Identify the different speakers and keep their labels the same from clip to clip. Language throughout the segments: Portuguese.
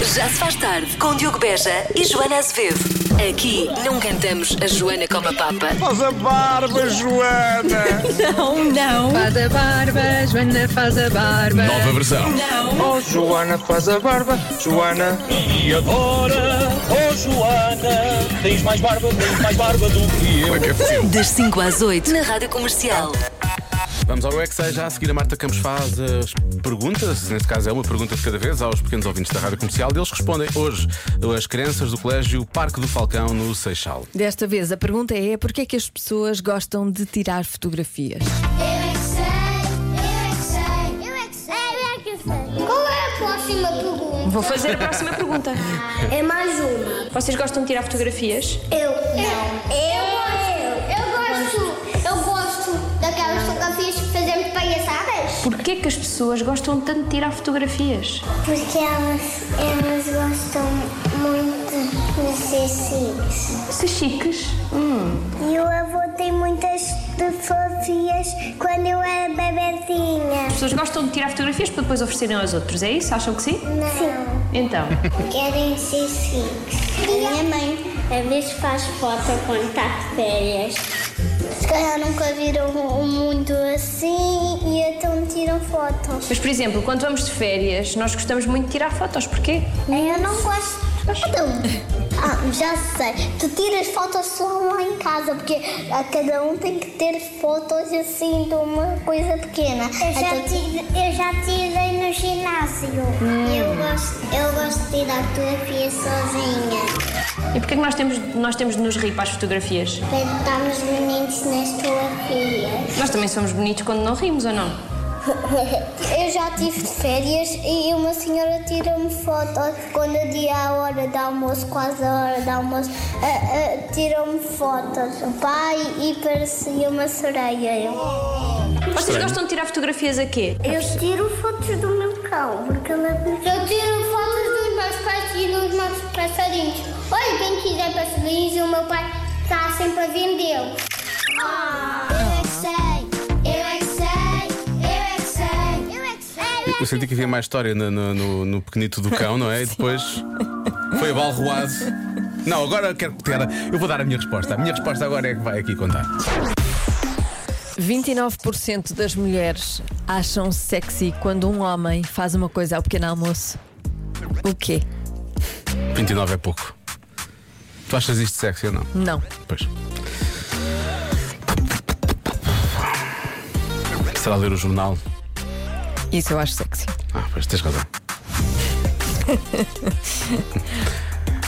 Speaker 1: Já se faz tarde com Diogo Beja e Joana Azevedo. Aqui não cantamos a Joana como a Papa.
Speaker 2: Faz a barba, Joana!
Speaker 3: Não, não,
Speaker 4: Faz a barba, Joana faz a barba.
Speaker 5: Nova versão.
Speaker 3: não.
Speaker 2: Oh, Joana, faz a barba, Joana!
Speaker 6: E agora, oh Joana, tens mais barba, tens mais barba do que eu.
Speaker 1: Das 5 às 8 na Rádio Comercial.
Speaker 5: Vamos ao UXA já a seguir. A Marta Campos faz as perguntas, neste caso é uma pergunta de cada vez, aos pequenos ouvintes da rádio comercial. E eles respondem hoje as crianças do colégio Parque do Falcão, no Seixal.
Speaker 3: Desta vez a pergunta é: porquê é que as pessoas gostam de tirar fotografias?
Speaker 7: Eu é que sei, eu é que sei, eu é que sei, eu é que sei. Qual é a próxima pergunta?
Speaker 8: Vou fazer a próxima pergunta.
Speaker 7: É mais uma.
Speaker 8: Vocês gostam de tirar fotografias?
Speaker 7: Eu não. Eu, gosto, eu gosto daquelas fotografias que fazemos palhaçadas.
Speaker 8: Porquê que as pessoas gostam tanto de tirar fotografias?
Speaker 7: Porque elas, elas gostam muito de ser chiques.
Speaker 8: Se chiques.
Speaker 7: E o avô tem muitas fotografias quando eu era bebezinha.
Speaker 8: As pessoas gostam de tirar fotografias para depois oferecerem aos outros, é isso? Acham que sim?
Speaker 7: Não.
Speaker 8: Então.
Speaker 7: Querem ser chiques. A minha mãe às vezes faz foto quando está de férias. Se calhar nunca viram o mundo assim e então tiram fotos.
Speaker 8: Mas, por exemplo, quando vamos de férias, nós gostamos muito de tirar fotos. Porquê?
Speaker 7: Eu não gosto. Ah, já sei. Tu tiras fotos só lá em casa, porque a cada um tem que ter fotos assim de uma coisa pequena. Então, Eu já, tirei, eu já tirei no ginásio. Eu, gosto, eu gosto de tirar fotografia sozinha.
Speaker 8: E porquê que nós temos, nós temos de nos rir para as fotografias?
Speaker 7: Estamos bonitos nas fotografias.
Speaker 8: Nós também somos bonitos quando não rimos, ou não?
Speaker 7: Eu já tive de férias e uma senhora tirou-me foto quando eu dia a hora do almoço, quase a hora do almoço, ah, ah, tirou-me fotos. O pai e parecia uma sereia.
Speaker 8: Vocês gostam de tirar fotografias a quê?
Speaker 7: Eu tiro fotos do meu cão, porque ele é Eu tiro fotos dos meus pais e dos meus passarinhos. Olha, quem quiser passarinhos, o meu pai está sempre a vendê-los. Eu é que sei, eu é que sei, eu é que sei, eu é que sei.
Speaker 5: Eu senti que havia mais história no, no- no- no pequenito do cão, não é? E depois foi abalroado. Não, agora quero ter. Eu vou dar a minha resposta. A minha resposta agora é que vai aqui contar.
Speaker 3: 29% das mulheres acham sexy quando um homem faz uma coisa ao pequeno almoço. O quê?
Speaker 5: 29 é pouco. Tu achas isto sexy ou não?
Speaker 3: Não.
Speaker 5: Pois. Será ler o jornal?
Speaker 3: Isso eu acho sexy.
Speaker 5: Ah, pois tens razão.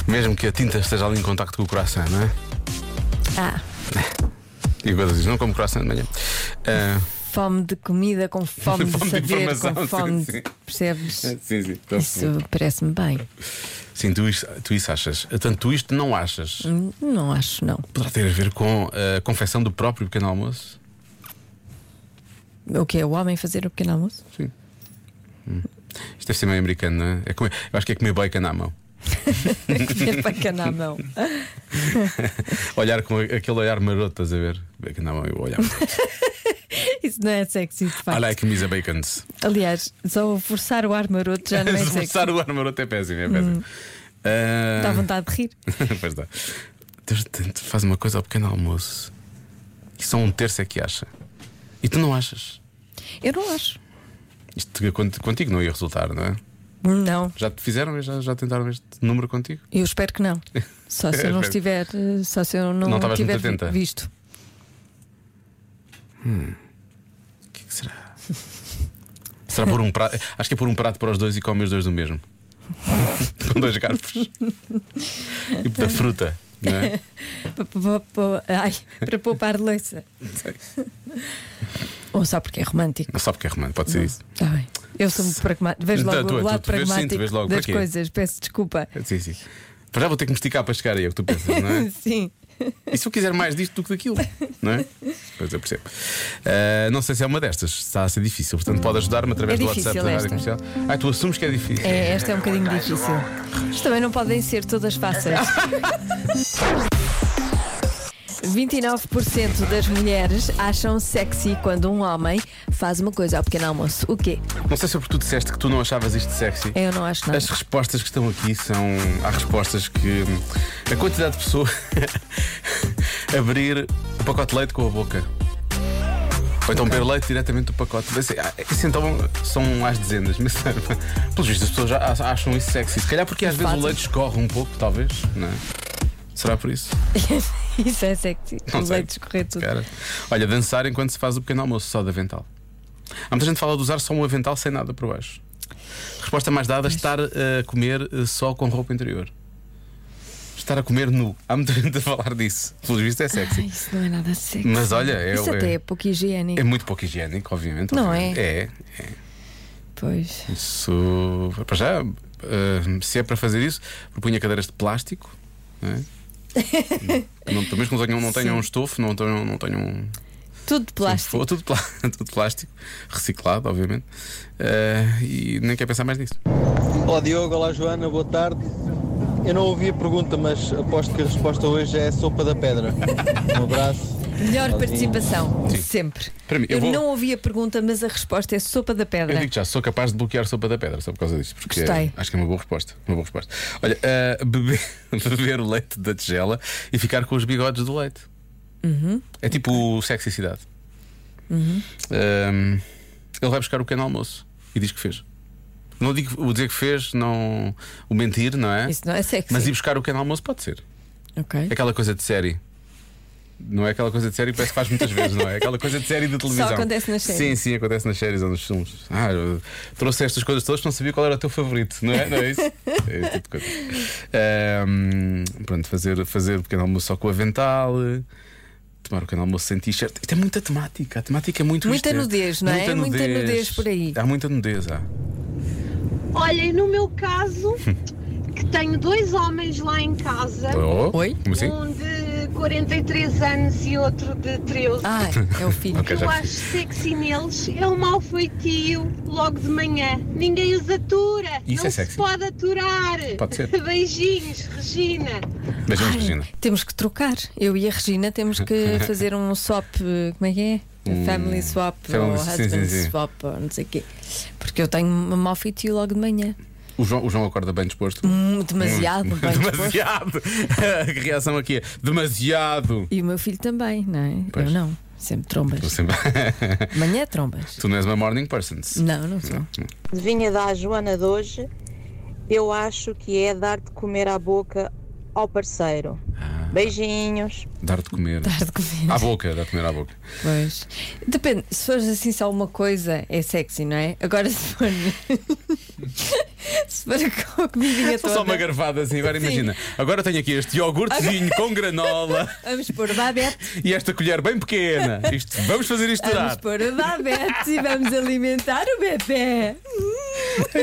Speaker 5: Mesmo que a tinta esteja ali em contacto com o coração, não é?
Speaker 3: Ah,
Speaker 5: E o Guedes diz: não como coração de manhã. Ah,
Speaker 3: fome de comida, com fome de
Speaker 5: Fome de
Speaker 3: saber, com
Speaker 5: informação, sim,
Speaker 3: fome de.
Speaker 5: sim. É,
Speaker 3: Percebes?
Speaker 5: sim, sim. estou a
Speaker 3: Isso
Speaker 5: perceber.
Speaker 3: parece-me bem.
Speaker 5: Sim, tu isso, tu isso achas. Portanto, tu isto não achas.
Speaker 3: Hum. Não acho, não.
Speaker 5: Poderá ter a ver com a confecção do próprio pequeno almoço?
Speaker 3: O que é o homem fazer o pequeno almoço?
Speaker 5: Sim. Hum. Isto deve ser meio americano, não é? é comer- eu acho que é comer bacon à mão.
Speaker 3: Comer bacana à mão.
Speaker 5: Olhar com aquele olhar maroto, estás a ver? Bacon à mão e o olhar. maroto.
Speaker 3: Isso não é sexy, de facto.
Speaker 5: I like me the bacons.
Speaker 3: Aliás, só o forçar o ar maroto já não é sexy.
Speaker 5: Esboçar o ar maroto é péssimo, é péssimo. Ah,
Speaker 3: Hum. Dá vontade de rir.
Speaker 5: pois dá. De repente faz uma coisa ao pequeno almoço e só um terço é que acha. E tu não achas?
Speaker 3: Eu não acho.
Speaker 5: Isto cont- contigo não ia resultar, não é?
Speaker 3: Não.
Speaker 5: Já te fizeram, já, já tentaram este número contigo?
Speaker 3: Eu espero que não. Só se eu não estiver. eh, Só se eu não,
Speaker 5: Não estavas
Speaker 3: tiver
Speaker 5: muito atenta.
Speaker 3: visto.
Speaker 5: O que, é que será? será por um prato? Acho que é por um prato para os dois e come os dois do mesmo. Com dois garfos. e da fruta, não é?
Speaker 3: Pa- pa- pa- Ai, para poupar louça. Ou só porque é romântico.
Speaker 5: Não sabe porque é romano, pode ser isso.
Speaker 3: Está bem. Eu sou muito pragmático. Vejo
Speaker 5: Tá,
Speaker 3: logo
Speaker 5: tu-
Speaker 3: o
Speaker 5: tu-
Speaker 3: lado
Speaker 5: tu vês sim, tu
Speaker 3: pragmático
Speaker 5: vês logo. Para
Speaker 3: das
Speaker 5: quê?
Speaker 3: coisas. Peço desculpa.
Speaker 5: Sim, sim. Para já vou ter que me esticar para chegar aí, é o que tu pensas, não é?
Speaker 3: Sim.
Speaker 5: E se eu quiser mais disto do que daquilo? Não é? Pois eu percebo. Ah, não sei se é uma destas, está a ser difícil, portanto pode ajudar-me através
Speaker 3: É
Speaker 5: do WhatsApp
Speaker 3: difícil
Speaker 5: da Rádio
Speaker 3: esta.
Speaker 5: Comercial. Ah, tu assumes que é difícil.
Speaker 3: É, esta é um bocadinho difícil. Mas também não podem ser todas fáceis. 29% das mulheres acham sexy quando um homem faz uma coisa ao pequeno almoço. O quê?
Speaker 5: Não sei se é porque tu disseste que tu não achavas isto sexy.
Speaker 3: Eu não acho nada.
Speaker 5: As respostas que estão aqui são. Há respostas que. hum, A quantidade de pessoas. abrir o pacote de leite com a boca. Ou então beber leite diretamente do pacote. Mas, ah, Isso então são às dezenas, mas pelos vistos as pessoas já a- acham isso sexy. Se calhar porque às vezes o
Speaker 3: Fazem.
Speaker 5: leite escorre um pouco, talvez, não é? Será por isso?
Speaker 3: Isso é sexy.
Speaker 5: Não sei.
Speaker 3: Vai descorrer tudo.
Speaker 5: Cara. Olha, dançar enquanto se faz o pequeno almoço, só de avental. Há muita gente que fala de usar só um avental sem nada por baixo. Resposta mais dada: estar eh, a comer eh, só com roupa interior. Estar a comer nu. Há muita gente a falar disso. Pelo visto é
Speaker 3: Ai,
Speaker 5: sexy.
Speaker 3: isso não é nada sexy.
Speaker 5: Mas olha, é,
Speaker 3: Isso até é
Speaker 5: é,
Speaker 3: pouco higiênico.
Speaker 5: é muito pouco higiênico, obviamente.
Speaker 3: Não
Speaker 5: obviamente. É,
Speaker 3: Pois.
Speaker 5: Isso. Para já, eh, se é para fazer isso, propunha cadeiras de plástico. Não é? Não- pelo menos que não tenham, não tenham um estofo, não tenham, não tenham um
Speaker 3: Tudo de plástico.
Speaker 5: Foi tudo, plá- tudo plástico, reciclado, obviamente. Eh, e nem quer pensar mais nisso.
Speaker 9: Olá Diogo, olá Joana, boa tarde. Eu não ouvi a pergunta, mas aposto que a resposta hoje é sopa da pedra. Um abraço.
Speaker 3: Melhor participação.
Speaker 5: Sim.
Speaker 3: Sempre.
Speaker 5: Para mim, eu vou-
Speaker 3: não ouvi a pergunta, mas a resposta é sopa da
Speaker 5: Eu
Speaker 3: pedra.
Speaker 5: digo já, sou capaz de bloquear sopa da pedra só por causa disto. Porque
Speaker 3: Gostei.
Speaker 5: acho que é uma boa resposta. Uma boa resposta. Olha, eh, beber, beber o leite da tigela e ficar com os bigodes do leite.
Speaker 3: Uhum.
Speaker 5: É tipo o sexicidade. Ehm, ele vai buscar o pequeno almoço e diz que fez. Não digo o dizer que fez, não o mentir, não é?
Speaker 3: Isso não é sexy.
Speaker 5: Mas ir buscar o pequeno almoço pode ser.
Speaker 3: Ok.
Speaker 5: É aquela coisa de série. Não é aquela coisa de série que parece que faz muitas vezes, não é? Aquela coisa de série de televisão.
Speaker 3: acontece nas séries.
Speaker 5: Sim, sim, acontece nas séries ou nos filmes. Ah, eu trouxe estas coisas todas, não sabia qual era o teu favorito, não é? Não é isso? É esse tipo de coisa. Ahm, pronto, fazer, fazer o pequeno almoço só com o avental. Tomar o pequeno almoço sem t-shirt. Isto é muita temática. A temática é muito
Speaker 3: Muita
Speaker 5: isto
Speaker 3: nudez, não é? Muita nudez por aí.
Speaker 5: Há muita nudez, há.
Speaker 10: Olha, e no meu caso, que tenho dois homens lá em casa,
Speaker 5: Oh,
Speaker 3: Oi?
Speaker 5: Como assim?
Speaker 10: um de 43 anos e outro de 13.
Speaker 3: Ah, é o filho.
Speaker 5: Ok,
Speaker 10: Eu
Speaker 5: já.
Speaker 10: acho sexy neles é o mau feitio logo de manhã. Ninguém os atura.
Speaker 5: Isso
Speaker 10: não
Speaker 5: é sexy.
Speaker 10: se pode aturar.
Speaker 5: Pode ser.
Speaker 10: Beijinhos, Regina.
Speaker 5: Beijinhos, Regina.
Speaker 3: Temos que trocar. Eu e a Regina temos que fazer um swap. eh, Como é que é? Family swap
Speaker 5: Um family-
Speaker 3: ou
Speaker 5: sim,
Speaker 3: husband
Speaker 5: sim, sim.
Speaker 3: swap ou não sei o quê. Porque eu tenho uma mau feitio logo de manhã.
Speaker 5: O João, o João acorda bem disposto.
Speaker 3: Hum, Demasiado, bem disposto.
Speaker 5: demasiado. que reação aqui é demasiado.
Speaker 3: E o meu filho também, não é?
Speaker 5: Pois. Então
Speaker 3: Eu não. Sempre
Speaker 5: Tu,
Speaker 3: trombas.
Speaker 5: sempre...
Speaker 3: Manhã é trombas.
Speaker 5: tu não és uma morning person. se-
Speaker 3: Não, não sou.
Speaker 11: Adivinha da Joana de hoje, eu acho que é dar de comer à boca ao parceiro. Beijinhos.
Speaker 5: Dar de comer.
Speaker 3: Dar de comer.
Speaker 5: À boca, dar de comer à boca.
Speaker 3: Pois. Depende, se fores assim só uma coisa, é sexy, não é? Agora se for. se for com a comidinha
Speaker 5: Foi
Speaker 3: toda.
Speaker 5: só uma garfada assim, agora imagina. Agora tenho aqui este iogurtezinho com granola
Speaker 3: Vamos pôr babete,
Speaker 5: e esta colher bem pequena. Isto, vamos fazer isto
Speaker 3: vamos
Speaker 5: durar.
Speaker 3: pôr o babete e vamos alimentar o bebê.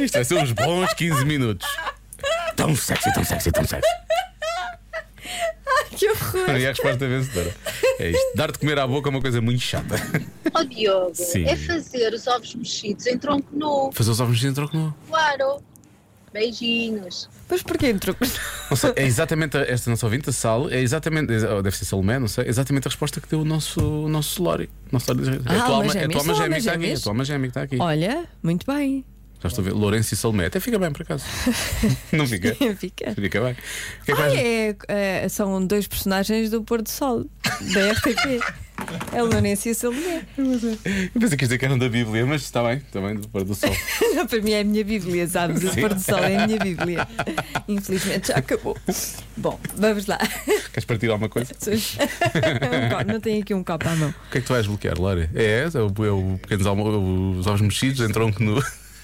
Speaker 5: Isto vai ser uns bons 15 minutos. Tão sexy, tão sexy, tão sexy.
Speaker 3: Que horror!
Speaker 5: E a resposta vencedora. É isto. Dar de comer à boca é uma coisa muito chata.
Speaker 10: Ó Oh, Diogo,
Speaker 5: Sim. é
Speaker 10: fazer os ovos mexidos em tronco nu,
Speaker 5: Fazer os ovos dentro ou não?
Speaker 10: claro. Beijinhos.
Speaker 3: Mas porquê entrou?
Speaker 5: Não sei, é exatamente a- esta nossa ouvinte, a Sal, é exatamente, ou deve ser Salomé, não sei, é exatamente a resposta que deu o nosso, o nosso Lori. Nosso Lori
Speaker 3: Ah,
Speaker 5: é a tua alma
Speaker 3: almas
Speaker 5: é a tua
Speaker 3: gêmeas.
Speaker 5: alma
Speaker 3: São
Speaker 5: gêmea que
Speaker 3: almas
Speaker 5: está aqui. É a
Speaker 3: gêmeas.
Speaker 5: tua alma gêmea que está aqui.
Speaker 3: Olha, muito bem.
Speaker 5: Já estou a ver. Lourenço e Salomé. Até fica bem, por acaso. não fica?
Speaker 3: Fica.
Speaker 5: Fica bem. O que é que
Speaker 3: Ah,
Speaker 5: vais-
Speaker 3: é, é, são dois personagens do Pôr do Sol, da RTP. É o Lourenço e a Salomé.
Speaker 5: Eu pensei que isto que eram da Bíblia, mas está bem, está bem, do pôr do sol.
Speaker 3: Para mim é a minha Bíblia, sabes? O Pôr do Sol é a minha Bíblia. Infelizmente já acabou. Bom, vamos lá.
Speaker 5: Queres partir alguma coisa?
Speaker 3: Um copo, Não tenho aqui um copo à mão.
Speaker 5: O que é que tu vais bloquear, Lori? É essa? É o, é o pequenos almo- os ovos mexidos em tronco nu.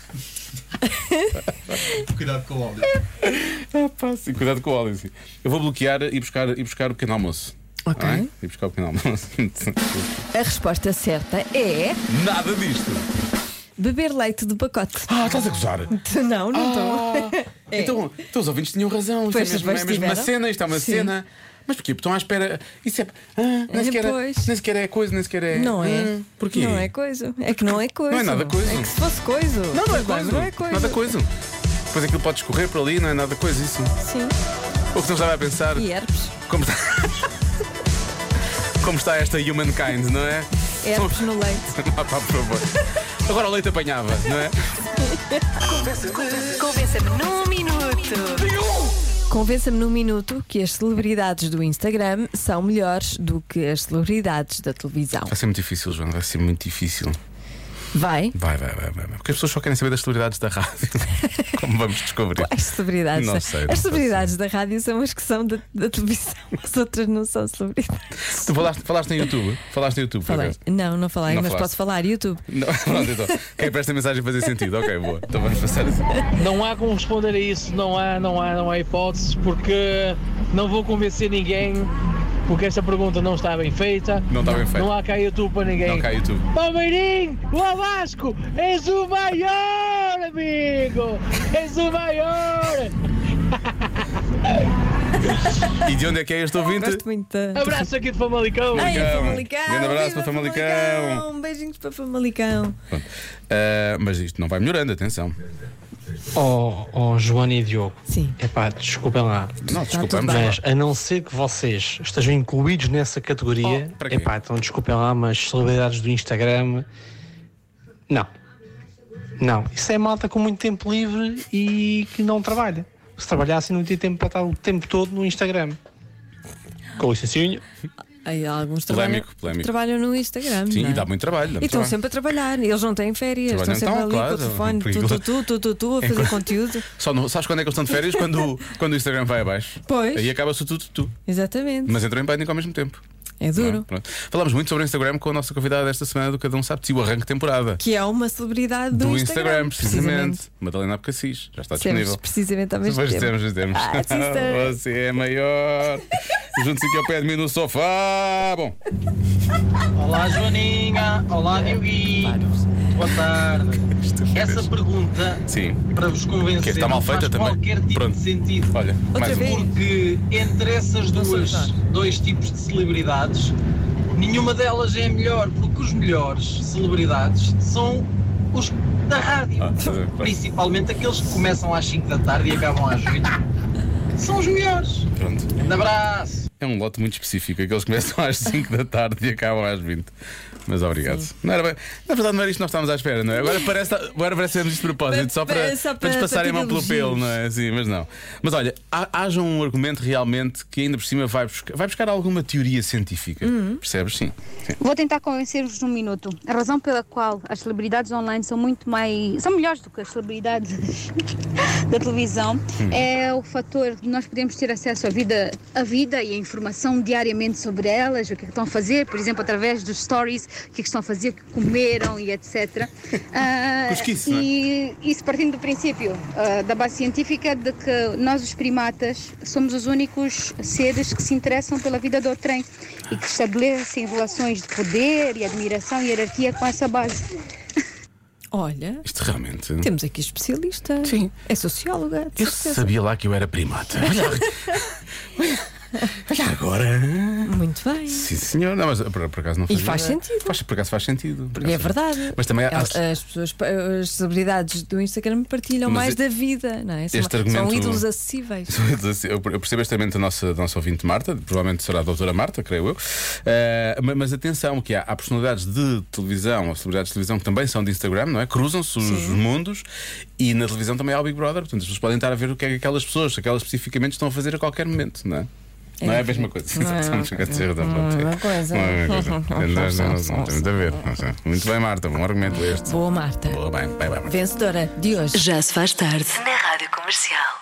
Speaker 9: Cuidado com o óleo.
Speaker 5: Ah, pá, sim, cuidado com o óleo. Sim. Eu vou bloquear e buscar, e buscar o pequeno almoço.
Speaker 3: Ok.
Speaker 5: Ah, é? E buscar o pequeno almoço.
Speaker 3: A resposta certa é
Speaker 5: Nada disto.
Speaker 3: beber leite do pacote.
Speaker 5: Ah, estás a gozar.
Speaker 3: Não, não estou. É.
Speaker 5: Então, então os ouvintes tinham razão. Isto é
Speaker 3: Pois,
Speaker 5: mesmo,
Speaker 3: mas
Speaker 5: é mesmo uma
Speaker 3: tiveram.
Speaker 5: cena, isto é uma
Speaker 3: Sim.
Speaker 5: cena. Mas porquê? Porque Estão à espera. Isso é. Ah, nem,
Speaker 3: É,
Speaker 5: sequer é,
Speaker 3: pois.
Speaker 5: nem sequer é coisa, nem sequer é.
Speaker 3: Não é.
Speaker 5: Ah, porquê?
Speaker 3: Não é coisa. É que não é coisa.
Speaker 5: Não é nada coisa.
Speaker 3: É que se fosse coisa.
Speaker 5: Não, não é coisa.
Speaker 3: Não é coisa.
Speaker 5: Nada coisa. Depois aquilo pode escorrer por ali, não é nada coisa isso.
Speaker 3: Sim.
Speaker 5: O que não estava a pensar.
Speaker 3: E herpes.
Speaker 5: Como... Como está esta Humankind, não é?
Speaker 3: Erros no leite.
Speaker 5: Ah, pá, por favor. Agora o leite apanhava, não é?
Speaker 1: Convença-me num minuto.
Speaker 3: Convença-me num minuto que as celebridades do Instagram são melhores do que as celebridades da televisão.
Speaker 5: Vai ser muito difícil, João, vai ser muito difícil.
Speaker 3: Vai?
Speaker 5: Vai, vai, vai, vai. vai. Porque as pessoas só querem saber das celebridades da rádio. Como vamos descobrir?
Speaker 3: As celebridades.
Speaker 5: Não sei, não
Speaker 3: as celebridades da rádio são as que são da, da televisão, as outras não são celebridades.
Speaker 5: Tu falaste, falaste no YouTube? Falaste no YouTube, por
Speaker 3: Falei.
Speaker 5: acaso?
Speaker 3: Não, não falei,
Speaker 5: Não
Speaker 3: mas
Speaker 5: falaste.
Speaker 3: posso falar. YouTube.
Speaker 5: Não, pronto, então. Quem presta mensagem fazia sentido. Ok, boa. Então vamos passar assim.
Speaker 12: Não há como responder a isso, não há, não há, não há hipótese, porque não vou convencer ninguém, porque esta pergunta não está bem feita.
Speaker 5: Não está bem feita.
Speaker 12: Não há cá YouTube para ninguém.
Speaker 5: Não cai YouTube.
Speaker 12: Palmeirinho, o Vasco, és o maior, amigo! És o maior!
Speaker 5: E de onde é que é este ouvinte?
Speaker 12: Um Abraço aqui de Famalicão!
Speaker 3: Ai,
Speaker 5: Famalicão.
Speaker 3: Famalicão,
Speaker 5: Grande abraço
Speaker 3: viva
Speaker 5: para Famalicão.
Speaker 3: Beijinhos para Famalicão.
Speaker 5: Ah, mas isto não vai melhorando, atenção.
Speaker 13: Oh, oh Joana e Diogo.
Speaker 3: Sim.
Speaker 13: Epá, desculpem lá.
Speaker 5: Não, desculpamos.
Speaker 13: Mas a não ser que vocês estejam incluídos nessa categoria,
Speaker 5: Oh, para quê?
Speaker 13: epá, então desculpem lá, mas celebridades do Instagram. Não. Não. Isso é malta com muito tempo livre e que não trabalha. Se trabalhasse não tinha tempo para estar o tempo todo no Instagram. Com licencinho.
Speaker 3: Aí há
Speaker 5: Polémico,
Speaker 3: alguns trabalham,
Speaker 5: polémico.
Speaker 3: trabalham no Instagram.
Speaker 5: Sim,
Speaker 3: não é?
Speaker 5: e dá muito trabalho. Dá
Speaker 3: E
Speaker 5: muito
Speaker 3: estão
Speaker 5: trabalho.
Speaker 3: sempre a trabalhar, eles não têm férias,
Speaker 5: Trabalham
Speaker 3: estão sempre
Speaker 5: então,
Speaker 3: ali
Speaker 5: claro,
Speaker 3: com o telefone,
Speaker 5: porque
Speaker 3: tu,
Speaker 5: aquilo-
Speaker 3: tu, tu, tu, tu, tu, a fazer
Speaker 5: Enquanto-
Speaker 3: conteúdo.
Speaker 5: Só não, sabes quando é que eles estão de férias? quando, o- quando o Instagram vai abaixo.
Speaker 3: Pois.
Speaker 5: Aí acaba-se tudo, tu.
Speaker 3: Exatamente.
Speaker 5: Mas entrou em pânico ao mesmo tempo.
Speaker 3: É
Speaker 5: Não,
Speaker 3: duro.
Speaker 5: pronto. Falámos muito sobre o Instagram com a nossa convidada desta semana do Cada Um Sabe de Si, o arranque de temporada.
Speaker 3: Que é uma celebridade do,
Speaker 5: do Instagram, precisamente. Madalena Abcacis, já está
Speaker 3: Temos
Speaker 5: disponível.
Speaker 3: precisamente ao mesmo
Speaker 5: Pois
Speaker 3: tempo.
Speaker 5: temos, pois temos.
Speaker 3: Ah, sister.
Speaker 5: Você é maior. Junte-se aqui ao pé de mim no sofá. Bom,
Speaker 14: Olá Joaninha, olá Dioguinho, boa tarde. Essa pergunta,
Speaker 5: é sim.
Speaker 14: para vos
Speaker 5: Que
Speaker 14: convencer,
Speaker 5: está mal
Speaker 14: não faz
Speaker 5: feita também.
Speaker 14: qualquer tipo
Speaker 5: Pronto.
Speaker 14: de sentido.
Speaker 5: Olha, mais um.
Speaker 14: Porque entre essas duas, dois tipos de celebridades, nenhuma delas é a melhor, porque os melhores celebridades são os da rádio. Principalmente aqueles que começam às 5 da tarde e acabam às 8. São os melhores.
Speaker 5: Pronto.
Speaker 14: Um abraço.
Speaker 5: É um lote muito específico, aqueles que começam às 5 da tarde e acabam às 20. Mas obrigado. Não era bem- Na verdade, não era isto que nós estávamos à espera, não é? Agora parece, agora parece sermos de propósito, só para,
Speaker 3: Para- só
Speaker 5: para nos
Speaker 3: para-
Speaker 5: passarem a
Speaker 3: para
Speaker 5: mão pelo
Speaker 3: ter
Speaker 5: pelo,
Speaker 3: elogios.
Speaker 5: não é? Sim, mas não. Mas olha, há- haja um argumento realmente que ainda por cima vai buscar, vai buscar alguma teoria científica.
Speaker 15: Uhum.
Speaker 5: Percebes? Sim. Sim.
Speaker 15: Vou tentar convencer-vos num minuto. A razão pela qual as celebridades online são muito mais. são melhores do que as celebridades da televisão
Speaker 16: Hum.
Speaker 15: é o fator de nós podemos ter acesso à vida, à vida e à informação diariamente sobre elas, o que é que estão a fazer, por exemplo, através dos stories, o que é que estão a fazer, o que comeram e etc. Ah,
Speaker 17: Cosquice, não é?
Speaker 15: e isso partindo do princípio ah, da base científica de que nós, os primatas, somos os únicos seres que se interessam pela vida do outrem e que estabelecem relações de poder e admiração e hierarquia com essa base.
Speaker 3: Olha,
Speaker 5: Isto realmente.
Speaker 3: temos aqui especialista. Sim. É socióloga. de
Speaker 5: Eu
Speaker 3: certeza.
Speaker 5: sabia lá que eu era primata. Olha agora.
Speaker 3: Muito bem.
Speaker 5: Sim, senhor. Não, mas por, por acaso não
Speaker 3: E
Speaker 5: fazia.
Speaker 3: faz sentido.
Speaker 5: Faz, por acaso faz sentido. Por
Speaker 3: E é
Speaker 5: acaso-
Speaker 3: verdade. é
Speaker 5: Mas também há-
Speaker 3: Elas- as pessoas, as celebridades do Instagram partilham
Speaker 5: Mas
Speaker 3: mais
Speaker 5: e-
Speaker 3: da vida, não é? São-
Speaker 5: este
Speaker 3: São
Speaker 5: argumento-
Speaker 3: ídolos acessíveis.
Speaker 5: Eu percebo este argumento da nossa, da nossa ouvinte Marta, provavelmente será a doutora Marta, creio eu. Eh, ma- mas atenção, que há, há personalidades de televisão, ou celebridades de televisão que também são de Instagram, não é? Cruzam-se os mundos e na televisão também há o Big Brother, portanto as pessoas podem estar a ver o que é que aquelas pessoas, aquelas especificamente, estão a fazer a qualquer momento, não é?
Speaker 3: É
Speaker 5: não é a mesma coisa.
Speaker 3: Não é
Speaker 5: Exato,
Speaker 3: uma
Speaker 5: não chega a ser,
Speaker 3: coisa.
Speaker 5: não,
Speaker 3: Não é
Speaker 5: pronto.
Speaker 3: uma coisa.
Speaker 5: Não é uma coisa. Não, não, não, Tem muito a ver. não sei. Muito bem, Marta, bom argumento este.
Speaker 3: Boa, Marta.
Speaker 5: Boa, bem, bem, bem.
Speaker 3: Vencedora de hoje.
Speaker 1: Já se faz tarde. Na Rádio Comercial.